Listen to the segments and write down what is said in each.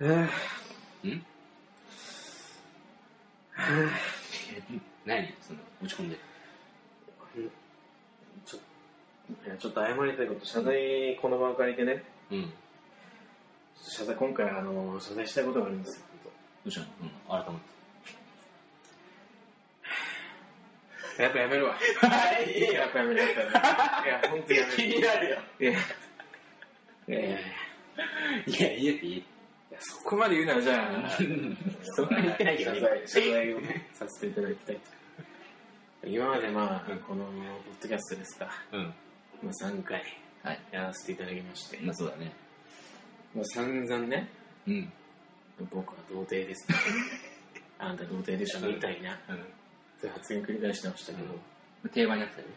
えーん何その落ち込んでいやちょっと謝りたいこと、謝罪、この場を借りてね、うんど謝罪、今回、あの、謝罪したいことがあるんですよ。うしたのうん改まっやっぱやめるわ。てはいやっぱやめる、やっぱやめる。いや、本当にやめる。になるよいや、いやいやい いや言えって言えやそこまで言うなら、じゃあ、そんな言ってないけど謝ね罪謝罪をね、させていただきたいと。今までまあ、この、ポッドキャストですか、うんまあ、3回はいやらせていただきまして、まあそうだねもう散々ね、うん僕は童貞 です。あんた童貞でしょ、みたいな。そういう発言繰り返してましたけど、うん定番になってたよね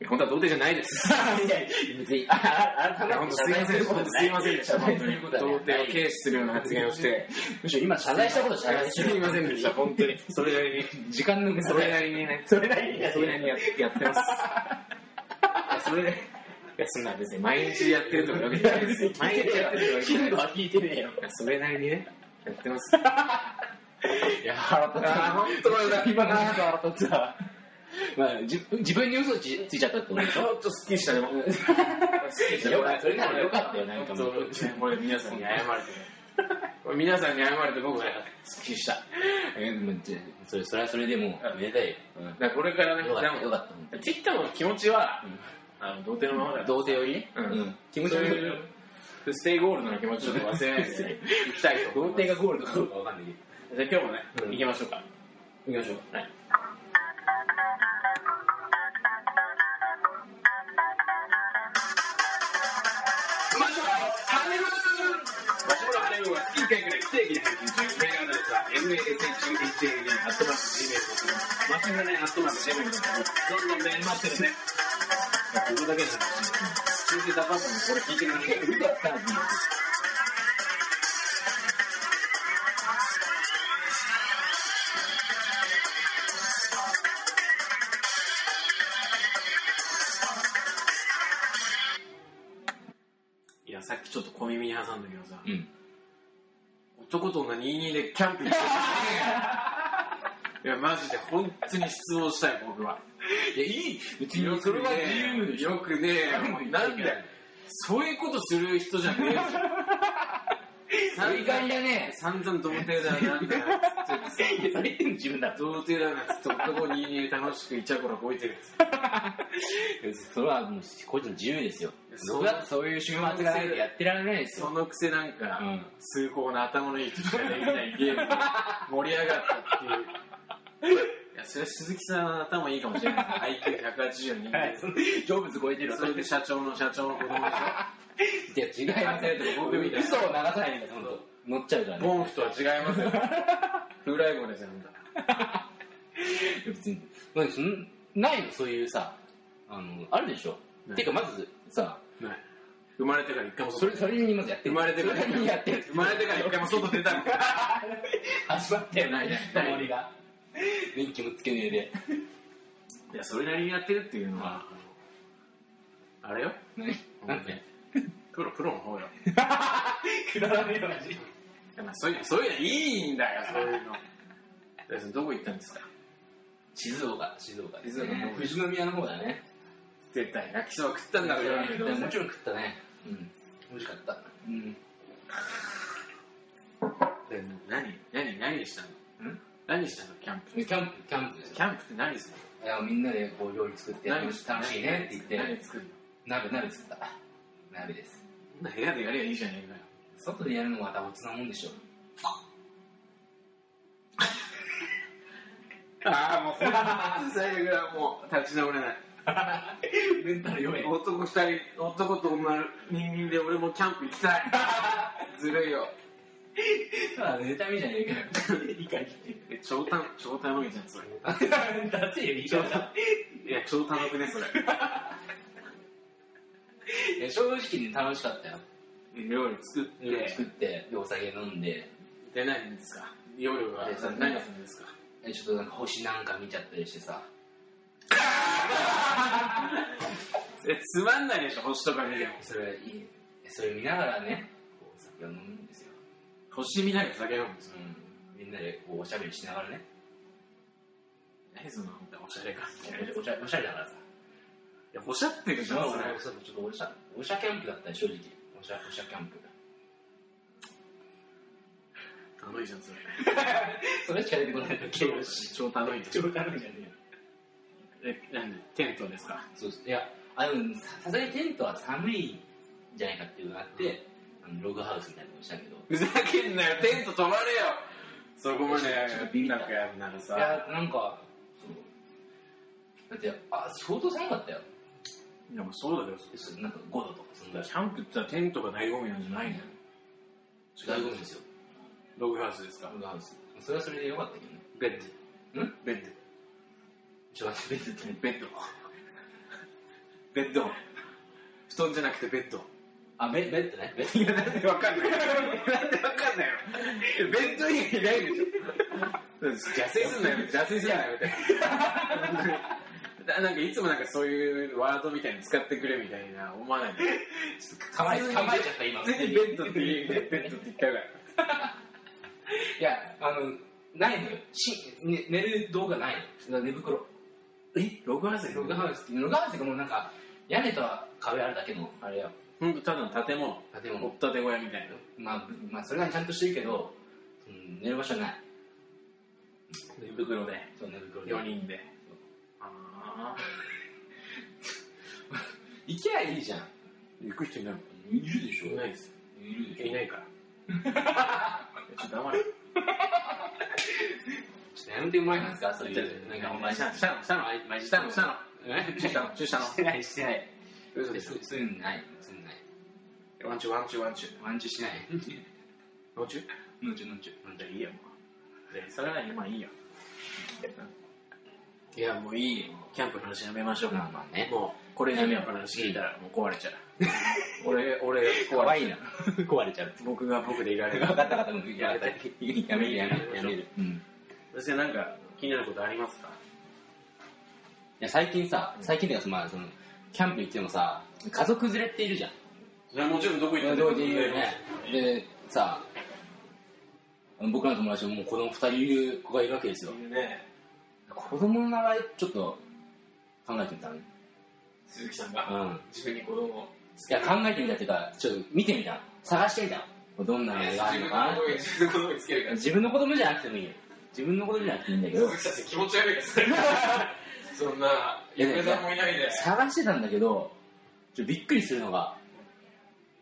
いや本当は童貞じゃ ないです。いや別にあ改いや本まっ当てすいません、本当すいませんでした、謝罪本す当るに。こ童とは貞をない軽視するような発言をして、むしろ今謝罪したこと謝罪してすいませんでした、本当に。それなり時間の無に、駄それなりにね、それなりにそれなりにややってます。いやそれいや、そんな別に毎日やってるとかいうわけじゃないですよ。 毎日やってるわけじゃない頻で度すは聞いてね えよいやそれなりにね、やって ます。あいや腹立あ、本当だ、今なんか腹立つわまあじ自分に嘘つついちゃったってことでしちょょっとスッキリ したね、もう。スッキリしたよかったそれならよかったよなんかもう本当これ皆さんに謝れてね。これ皆さんに謝れて僕はスッキリした。だかえまあじゃあそれそれはそれでもうめでたいようんらこれからね、よかったでよも、かった本当にティッタの気持ちは、あの童貞のままだ。童貞よりねうん気持ちそう悪いうステイゴールドの気持ちをちょっと忘れないでね行きたいと思います。がゴールドかどうかわかんないけどじゃあ今日もね、うん行きましょうか。行きましょう。はい。まずは、羽生松村羽生は月1回ぐらい不定期で配信中、メールアドレスは MASHHAN アットマーク Gmail.com、松村ねアットマーク Gmail.com、どんどんメール待ってるね。ここだけじゃなくて、先生ダパートもこれ聞いてくれるんだけど、いや、さっきちょっと小耳に挟んだけどさ、うん男と女22でキャンプ行ってたいや、マジで本当に失望したよ、僕は。いやいい別よにくそねれは自由でしょよくねえよななんんだだよよ。そういうことする人じゃねえよ。振り返りだね散々童貞だなん だよつってさいやそれ言ってんの自分だと童貞だなんつって男22で楽しくイチャコラこいてるやつ。それはもう個人の自由ですよそう僕だってそういう週末がないとやってられないですそよのくせなんか、うん崇高な頭のいい人しかできないゲームで盛り上がったっていう。 いや、それは鈴木さんの頭いいかもしれない。IQ180 人はいで。成仏超えてるわそれで社長の社長の子供でしいや違いますよ僕みたいな嘘を流さないでください乗っちゃうからょ。ボねンフとは違います よ。風来号ですよ、あんた。別になんかそんないのそういうさあのあるでしょないていうかまずさない生まれてから一回もそ外れそれにまずやって生まれてからそにやってる生まれてから一回も外出たのか始まったよないないない守りが電気もつけねえでいやそれなりにやってるっていうのはあ れよ何なんてプロプロの方よくだらねえ話いやまあそういうのそういうのいいんだよそういうの大さんどこ行ったんですか静岡静岡静岡の方富士宮の方だね絶対焼きそば食ったんだいからや夜もちろん食ったねうん美味しかったうんでも何何何したのん何したのキャンプキャンプキャンプですよキャンプって何するいやみんなでこう料理作っての楽しいねって言って何作るの鍋鍋作った鍋ですそんな部屋でやりゃいいじゃねえかよ外でやるのはまたおつなもんでしょああもう最悪だもう立ち直れないメンタル 弱い男二人男と女人間で俺もキャンプ行きた いずるいよあ妬みじゃねえかよ 理解してるえ超短超短のいいじゃんそれだってよ理解だいや超短くねそれいや正直に楽しかったよ 料理作って料理作ってでお酒飲んで出ないんですか夜はでそれ何するんですかえちょっとなんか星なんか見ちゃったりしてさえつまんないでしょ星とか見てもそれいいそれ見ながらね、こう酒を飲むんですよ。星見ながら酒飲むんですよ。うん、みんなでこうおしゃべりしながらね、何その、おしゃれか。おしゃれおしゃれおしゃれだからさ。いや、おしゃってるじゃん、それ。そうちょっとおしゃおしゃキャンプだったよ、正直。おしゃおしゃキャンプ。たのいじゃん、それ。それしか出てこないんだけど、 超たのいじゃん。超軽いじゃねえよ。え、何テントですかそうです。いや、あの、ささすがにテントは寒いんじゃないかっていうのがあって、あのログハウスみたいなことしたけど、ふざけんなよ、テント泊まれよそこまでなんかやるならいさ。や、なんか、そう。だって、あ、相当寒かったよ。いや、もうそうだよ。そうなんか5度とか、そんぐらい。キャンプって言ったらテントが醍醐味なんじゃないの醍醐味ですよ、ログハウスですかログハウス。それはそれでよかったけどね。ベッド。んベッド。ちょっと待って、別に。ベッド。ベッド。布団じゃなくてベッド。あ、ベベッドね。ベッいや、なんでわかんない。なんでわかんないよ。ベッド以外ないでしょ。邪性すんなよ、邪性すんなよ、みたいな。 ななんかいつもなんかそういうワードみたいに使ってくれみたいな思わないで。ド。構え、構えちゃった、今。普通にベッドって言うね、ベッドって言ったから。いや、あの、ないのよ。し、ね、寝る道具がないの。寝袋。え、ログハウスログハウスって、ログハウスってもうなんか、屋根と壁あるだけの、あれよ。ほんとただの建物。建物。掘ったて小屋みたいな。まあ、まあ、それなりにちゃんとしてるけど、うん、寝る場所はない。寝袋で。そう、寝袋で。 4人で。あ行きゃいいじゃん。ー。行く人いないもいるでしん。いないいです。るでしょ。いない から。ちょっと黙れ。ちょっとやめてもらえますかそういじゃう。なんあか、おお前前したのしたのしたのお前したのしたのえしたのしたのしてない、してない。嘘でしそうそういうのない。そういうのない。ょワンチュワンチュワンチュワンチュしない。ノーチュのんちゅのんちゅ。じゃあいいよもうでそれは今いいよいやもういいよキャンプの話やめましょうまあまあね。もうこれやめようこの話聞いたらもう壊れちゃう 俺俺 壊かわれいいな。壊れちゃう。僕が僕でいられる分かった分かった。うんやめたやめるやめるやめる。うん。い私なんか気になることありますかや、最近さ、最近っていうか、まあ、その、キャンプ行ってもさ、家族連れっているじゃん。それはもちろんどこ行ったどうでいいよね。で、さ、僕らの友達ももう子供二人いる子がいるわけですよ。いるね子供の名前ちょっと考えてみたのね。鈴木さんがうん。自分に子供をいや、考えてみたっていうか、ちょっと見てみたの。探してみたの。どんなのがあるのかなって自分の子供につけるか自分の子供じゃなくてもいいよ。自分の子供じゃなくていいんだけど、さん気持ち悪いですねそんな嫁さんもいないで探してたんだけど、ちょっとびっくりするのが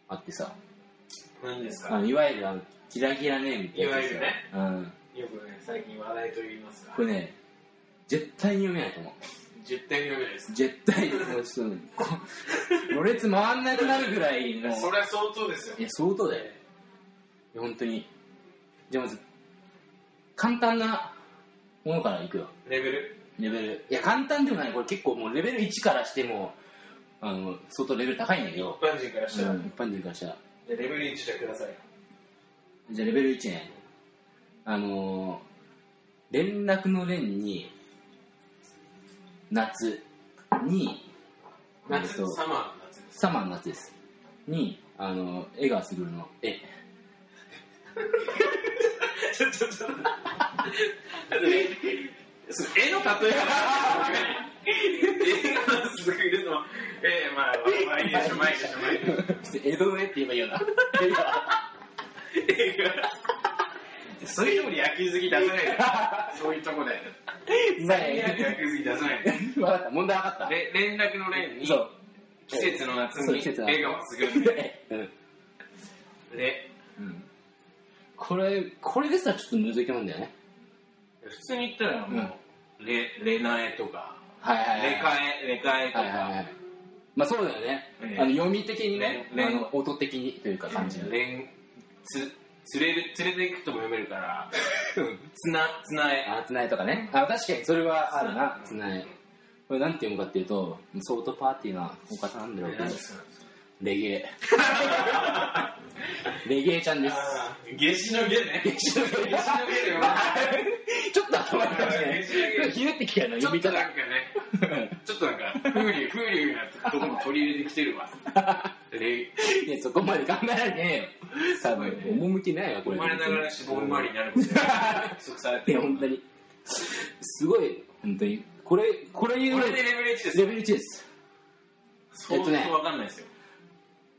あってさ、何ですあのいわゆるあの、キラキラネームってやつですよ。いわうん。よくね最近話題と言いますがこれね、絶対に読めないと思う。 10点ぐらいです絶対にもうちょっと、ころれつ回んなくなるぐらいの、それは相当ですよいや、相当だよ。いや本当に。じゃあまず、簡単なものからいくよ。レベルレベル。いや、簡単でもない。これ結構もうレベル1からしても、あの、相当レベル高いんだけど一、般人からしたら、うん一般人からしたら。レベル1じゃくださいじゃあレベル1ね。あのー、連絡の連に、夏に、えっ夏とサマーの夏ですサマーの夏です。に、あの、江川卓の絵。ちょちょちょ絵の例えが映画の作るのええまあまあいいでしょまあいいでしょまあいいでしょ 江戸の絵って言えばい いよな。映画そういうのに野球好き出さないでそういうとこでない。 野球好き出さないでわかった、問題わかった。れ連絡の連にそう。季 節の夏そうに季節の夏笑顔を作るうん。でうん。これ、これでさ、ちょっと難しいもんだよね。普通に言ったらもう、レレナエとか、はいはいはい。レカエ、レカエとか、はいはいはい。まあそうだよね。ええあの読み的にね、ねあの音的にというか感じのね。レンつ、連れる、連れていくとも読めるから、つな、つなえ。あ、つないとかね。あ、確かにそれはあるな、つない。これなんて読むかっていうと、ソートパーティーなお方なんだろうけど、レゲエ。 レゲエちゃんです。夏至の下ね。夏至の下だよ。 ちょっと頭いいかもしれない。ひねってきたよな、ちょ呼っびと方。なんかね、ちょっとなんか、風流、風流なとこも取り入れてきてるわ。で、 いや、そこまで考えられてねえよ。多分、趣ないわ、こ生れ。まれながら死亡生まれになることが約束され いてや、る。本当に。すごい、本当に。これ、これ言こうれでレベル1ですレよ。ベル1です。相当わかんないですよ。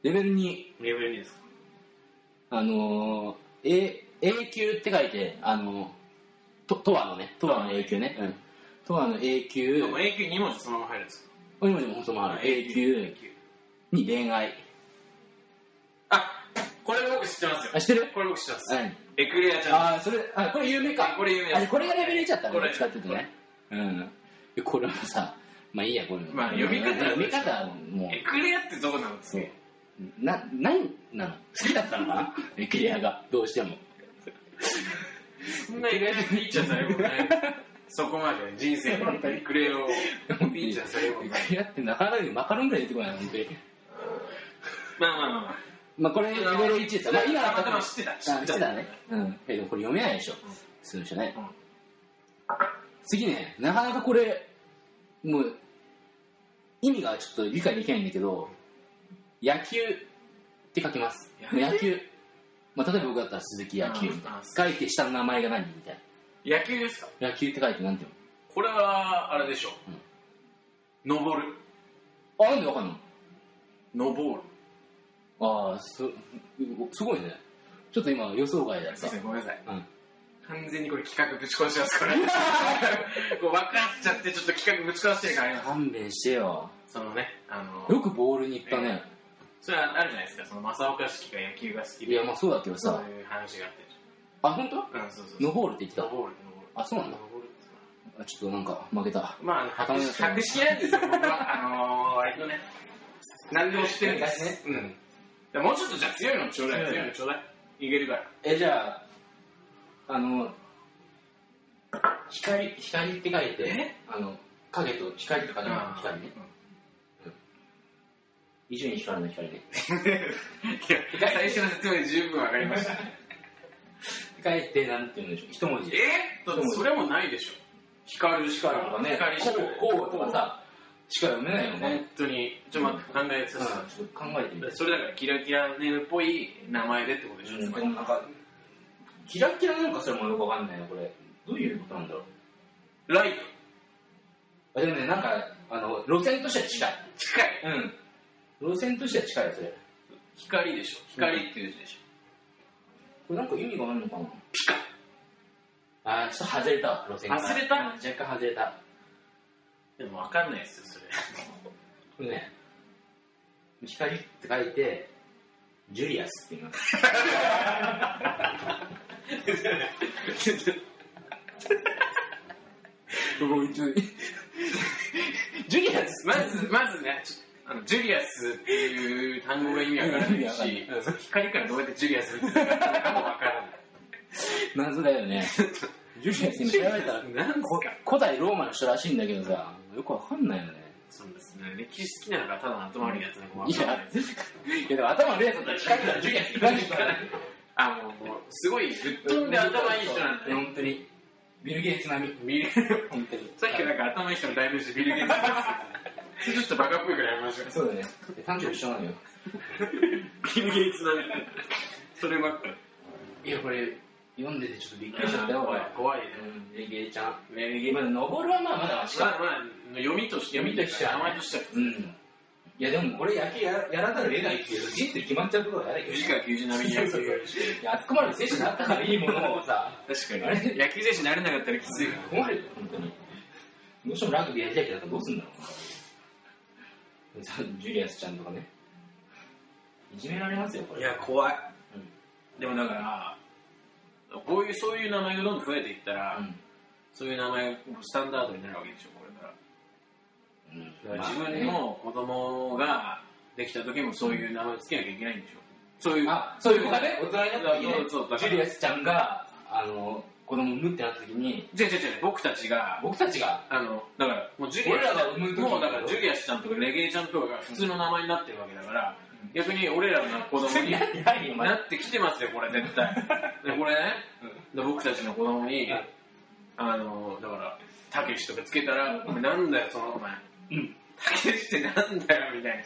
レベル2、レベル2です。あのー、A、A 級って書いて、あのー、と、とわのね、とわの A 級ね。うん。とわの A 級で、も A 級2文字そのまま入るんですよ。今でも本当もある。A 級 A 級。に恋愛。あ、これ僕知ってますよあ、。知ってるこれ僕知ってます。うん。エクレアちゃん。あー、それ、あ、これ有名か。これ有名ですあれ、これがレベル1だったのこね、れ使っててね。うん。でこれはさ、まあいいや、これ。まあ読み方読み方はもう。エクレアってどこなんですそかう。な、何なの好きだったのか なエクレアが、どうしても。そんな意外とフィーチャーされることない。 そこまで人生のエクレアをフィーチャーされることエない。クレアってなかなかにマカロンぐらい出てこないの、本当に。まあまあまあまあ。まあこれ、レベル1です。まあ今たはまたま知ってた。知ってたね。。うん。え、でもこれ読めないでしょ。する人ね。次ね、なかなかこれ、もう、意味がちょっと理解できないんだけど、野球って書きます。野球野球。まあ例えば僕だったら鈴木野球みたいあなあ。書いて下の名前が何みたい野球ですかな。野球って書いて何ていうこれは、あれでしょ。登る。のあ、なんでわかんの登る。ああ、す、すごいね。ちょっと今予想外だっすいたま。せん、ごめんなさい。うん。完全にこれ企画ぶち壊して ます、これ。こう分かっちゃって、ちょっと企画ぶち壊してるから、今勘弁してよ。そのね、あの、よくボールに行ったね。それはあるじゃないですか、その正岡式が野球が好きいで、や、まあそうだけどそさう。いう話があって。あ、本当？うん、そうそう。ノボールって言ってた。登る、登る。あ、そうなんだ。登るってさあちょっとなんか負けた。まああの、白紙白紙なんですよ、僕は。あのー、割とね。何でも知ってるんです。ね、うん。でもうちょっとじゃあ強いのちょうだい、強い強いのちょうだい。いけるから。え、じゃあ、あの、光、光って書いえて、あの、影と光と影の光ね。伊集院光の光ね。うん。いや、最初の説明で十分わかりました。書いて、なんていうんでしょう。一文字で。えだってそれもないでしょ。光るしか光とかね、光しかこう、こうとかさ、しか読めないよね。本当に。ちょっと待って、考えうさせんて。ちょっと考えてみて。それだからキラキラネームっぽい名前でってことでしょ、つまり。なんか、キラキラなんかそれもよくわかんないな、これ。どういうことなんだろう。ライト。あでもね、なんか、あの、路線としては近い。近い。うん。路線としては近いよ、それ。光でしょ。光っていう字でしょ。これなんか意味があるのかなピカあー、ちょっと外れたわ、路線から外れた若干外れた。でもわかんないですよ、それ。これね、光って書いて、ジュリアスって言います。ジュリアスまず、まずね、ちょあのジュリアスっていう単語が意味わからないし意味わかんない、光からどうやってジュリアスって言ったのかもわからない。謎だよね。 ジュリアス今調べたら、なんですか古代ローマの人らしいんだけどさ、よくわかんないよね。そうですね、歴史好きなのかただの頭悪いやつなのかわいかや、んないです。いやでも頭のレートだったら光ったらジュリアスって言わないからね。あの、もう、すごいぶっ飛んで頭いい人なんて、本当に。ビル・ゲイツ並み。ビル本当に。さっきなんか頭いい人の代名詞ビルゲイツです。それちょっとバカっぽいからやめましょう。そうだね。誕生日一緒なのよ。ビルゲイツなんで。そればっかり。いや、これ、読んでてちょっとびっくりしちゃったよ、こ怖れい。、怖いね。うん、レゲエちゃん。ねレゲエ、まだ、登るはまあまだましまあか。まあ、読みとして、読みとして、名前としてはうん。いや、でもこれ野球ややらざるを得ないっていう、人生決まっちゃうところがやだけど。藤川球児並みにやるいや、あそこまで選手になったからいいものをさ、確かにに。あれ野球選手になれなかったらきついから。困るよ、本当に。どうしてもラグビーやりたいけど、どうすんだろう。さジュリアスちゃんとかね。いじめられますよ、これ。いや、怖い。うでもだから、こういう、そういう名前がどんどん増えていったら、ん。そういう名前がスタンダードになるわけでしょ、これから。うん。だから自まあ分ねの子供ができた時もそういう名前をつけなきゃいけないんでしょ。そういう。あ、そういう子がね、大人になった時ねそうそうだか、らジュリアスちゃんが、あの、子供産むってなった時に、じゃあじゃあじゃあ僕たちが、僕たちが、あの、だから、もうジュリ俺アらが産む時もうだから、ジュリアちゃんとかレゲエちゃんとかが普通の名前になってるわけだから、逆に俺らの子供にな何何お 前ってきてますよ、これ絶対。で、これね、で僕たちの子供にうん、あの、だから、たけしとかつけたら、お前なんだよ、そのお前。うん。たけしってなんだよ、みたい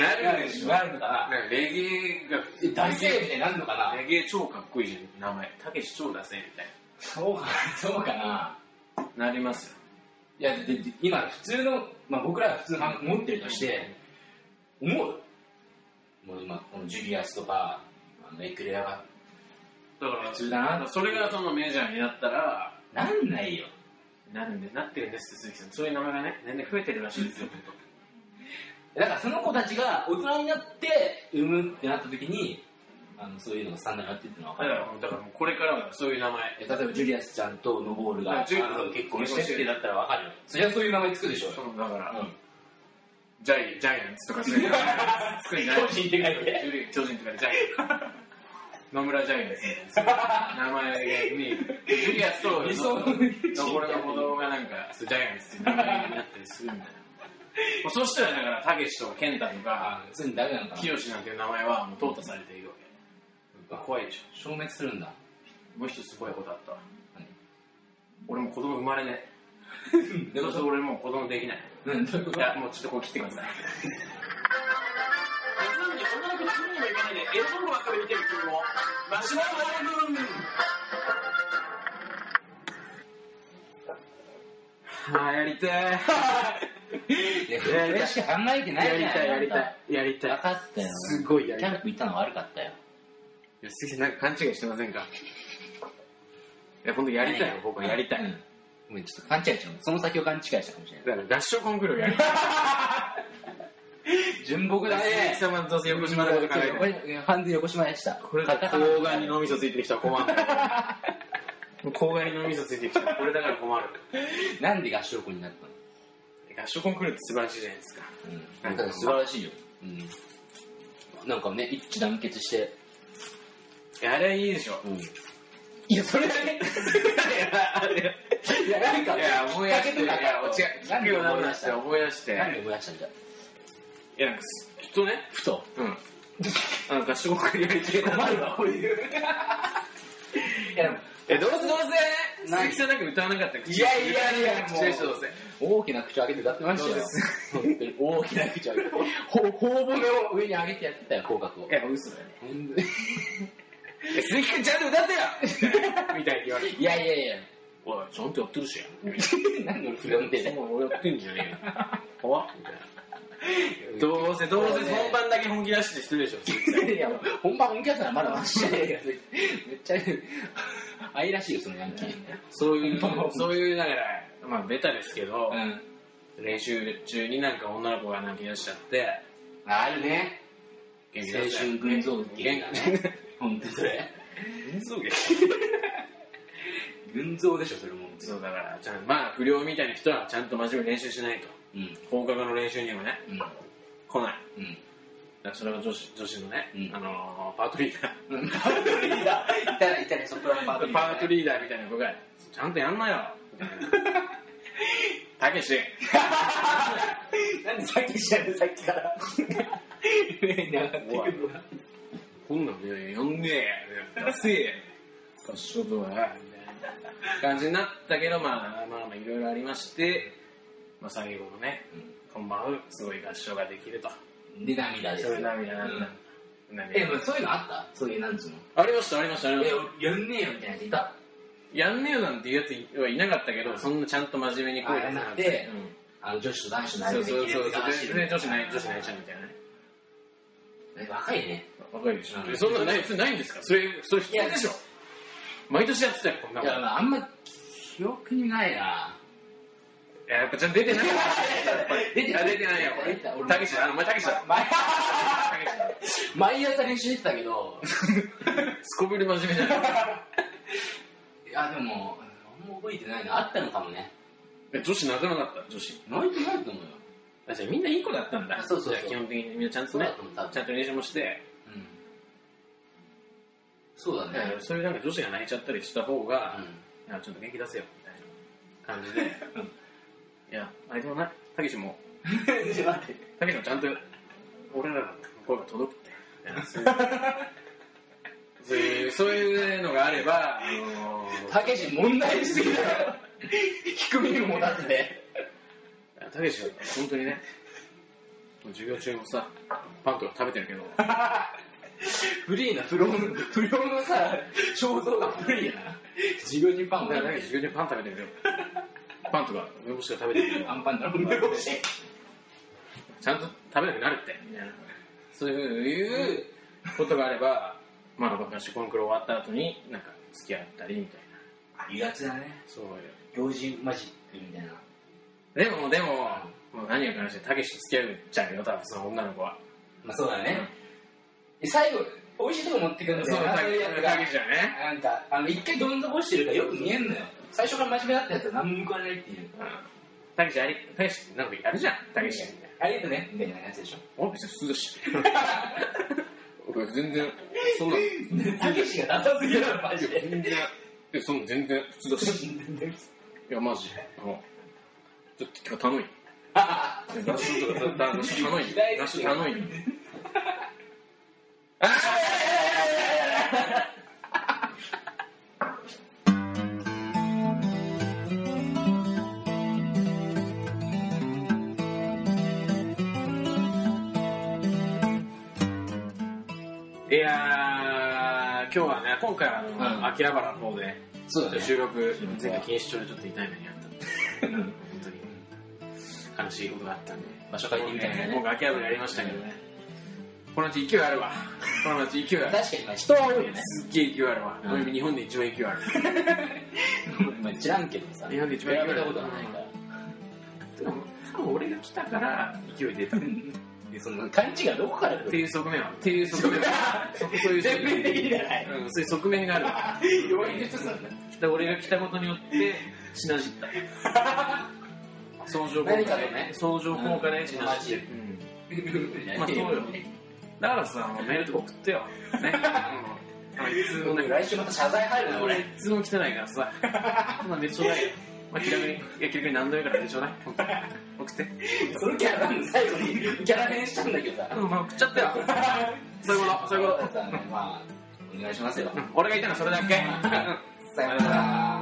な。なるでしょ。なるのかななんかレゲエが、えダセーみたいになるのかなレゲエ超かっこいいじゃん、名前。たけし超ダセえみたいそうかなそうかなな。なりますよ。いやでで今普通の、まあ、僕らが普通の感覚持ってるとして思うもう今このジュリアスとかあのエクレアがだから普、通だなそれがそのメジャーになったら、なんないよなんでなってるんですって鈴木さん、そういう名前がね、年々増えてるらしいですよ、だからその子たちが大人になって産むってなった時にあのそういうのがスタンダードになってるっていうのは分だかかるらもう、だからもうこれからはそういう名前。え例えばジュリアスちゃんとノボールがあジュリあの結婚してってだったら分 かるよそりゃそういう名前つくでしょうそよ、のだから、うジャイジャイアンツとかそういう名前つくんじゃ ない巨人って書いて巨人とかでジャイアンツ。野村ジャイアンツみたいな。名前に、ジュリアスと理想の残りの子供がなんか、そうジャイアンツっていう名前になったりするみたいな。もうそしたらだから、たけしとか健太とか、あ普通にダメなのかなきよしなんていう名前はもう淘汰されているわけ。怖いでしょ。消滅するんだもう一つすごいことあったわ何俺もう子供生まれねえでどもうせ俺もう子供できないうんどういうこいとやもうちょっとこう切ってく ださいちなみにこんなことするにもいかないで映像ばっかり見てる君もマシュマロ君はあやりたいやそれしか考えてないいやりたいやりたいいやりた分いかったよすごいやりキたャいンプ行ったの悪かったよいや鈴木さんなんか勘違いしてませんかいや本当やりたいよ僕はやりたい、うんごめんちょっと勘違いしちゃうその先を勘違いしたかもしれないだから合唱コンクールをやりたい純朴だ鈴木ね様のどうせ横島のこと考えてる完全に横島でしたこれだカタかカらナ睾丸に脳みそついてきたら困る。睾丸に脳みそついてきたらこれだから困る。なんで合唱校になったの合唱コンクールって素晴らしいじゃないですか。うん、だから素晴らしいよ、うん、なんかね一致団結して、いや、あれはいいでしょ。うん、いやそれだけいやなんかいや、思い出して、いや、何違でう。思思いい出出し、してた思い出して。何で思い出したんだいや、きっとね、ふとうん。あの合唱コンクールやりたいな。困るわこういういやでもえ、どうせどうせ、何鈴木さんなんか歌わなかったらいやいやいやもう口でしょどうせ。大きな口を開けて歌ってましたよそ本当に大きな口を開けて ほ頬骨を上に上げてやってたよ口角をいや、嘘だよね。本当にえ鈴木くんちゃんと歌ってよみたいに言われて。いやいやいや おい、ちゃんとやってるしや。何で俺振り向けてもうやってんじゃね えよ。怖っみたいな。どうせ、どうせ本番だけ本気出してしてるでしょ、鈴木さんいや、本番本気だったらまだマシじゃねえかめっちゃ、愛らしいよ、そのヤンキー。そう いう本番本、気そういう、だから、まあ、ベタですけど、ん。練習中になんか女の子が泣き出しちゃって、あるね。元気青出春群像元気劇だ ね。本当それ。群像劇群像でしょ、それも。そう、だから、ちゃんまあ、不良みたいな人はちゃんと真面目に練習しないと。うん。放課後の練習にもね、うん。来ない。うん。だからそれは女子、女子のね、うんあのーパートリーダー。パートリーダー。いたね、いたね、ソプラノパートリーパダー。ートリーダーみたいな子が、ちゃんとやんなよ。みたいな たけし、なんでさっきしたの、さっき から。上に上がってくるわこんなんね、やんねえ、やせえ、合唱とは、みたいな感じになったけど、まあまあまあいろいろありまして、まあ最後のね、本番はすごい合唱ができると。で、涙ですそよ。れ涙なんだ。え、涙もうそういうのあったそういう、なんつうの。ありました、ありました、ありましえ、やんねえよ、みたいなやついた。た。やんねえよなんていうやつはいなかったけど、そんなちゃんと真面目に声出さなかった。あやんなくてあの、女子と男子のうんそ間うでそうそう、切全然れてた女らし子いない、女子ないちゃんみたいなね。え若いね。若いでしうょ。んそんなのない、普通ないんですかそれ、それ普通でしょ。毎年やってたよ、こんないもん。いや、まああんま記憶にないな。や、やっぱちゃんと出てない。出いや、出てないよ、これ。たけしだ、お前たけしだ。た毎けしだ。毎朝練習してたけど、すこぶり真面目じゃないいや、でも、あんま覚えてないな。あったのかもね。え。女子泣かなかった、女子。ないとないと思うよ。あ、じゃあみんないい子だったんだ。あそうそうじゃそうあ基本的にみんなちゃんとそうねだと思う、多分ちゃんと練習もして、うん。そうだね。そういうなんか女子が泣いちゃったりした方が、ういや、ちょっと元気出せよ、みたいな感じで。いや、あいつもな、たけしも、ちょっと待ってたけしもちゃんと、俺らの声が届くって。 そういう、そういうのがあれば、あのたけし問題しすぎだよ低めにもたせてー、たけしは本当にね、授業中もさ、パンとか食べてるけど、フリーな不良の不良のさ肖像がフリーな授業人パンだだからたけし授業中パン食べてるけど、パンとか梅干しとか食べてるけどア、ンパンだろ梅干しちゃんと食べなくなるって、みたいな。そういうことがあれば、まあ、合宿の頃終わった後に、なんか、付き合ったりみたいな。ありがちだねそういう。行事マジックみたいなでも、でも、もう何が悲しい、たけしと付き合うじゃんよ、多分その女の子は。まあそうだね最後美味しいとこ持ってくそんだう、よなたそうけいうしやつたけしじゃね。がなんかあの一回どん底してるからよく見えんのよ最初から真面目だったやつは何も報われないっていううんたけしあり、たけしなんかやるじゃん、たけし。ありがとねみたいなやつでしょ俺別に普通だし。 俺全然、そんな、たけしがダサすぎるのマジで全然、えそんな全然普通だし。いや、マジ。あのちょっと、てか頼むよ。ナシとか、ナシ頼むよ。ナシ頼むよ。いやー、今日はね、今回はあの、うん秋葉原の方で、そうだちょっとね収録収、録前回錦糸町でちょっと痛い目にあったんで、本当に悲しいことがあったんで、場所変えてみたいなね僕、秋葉原やりましたけどね、この街勢いあるわ。この街勢いある。確かにまあ人は多いよねすっげえ勢いあるわ。うん俺日本で一番勢いあ る。まあ知らんけどさ日本で一番比べたことはないからてかもう多分俺が来たから勢い出た。っでその勘違いはどこから来てるいう側面は、っていう側面は、そそういう側全面面。的じゃないうん、そういう側面があるわ。要因の一つなんだで俺が来たことによってしなじった相乗効果で何かとね相乗効果でしなマじジっでてる、まあそうよだからさもうメールとか送ってよ、ねうん、あいつもね来週また謝罪入るな俺い俺つも汚いからさまあめっちゃないよまあ気楽にいや気楽に何度目からでしょうね本当に送ってそのキャラの最後にキャラ変したんだけどさうんまあ送っちゃったよそういうことそういうこ まあお願いしますよとうん俺がいたのはそれだけうんさよなら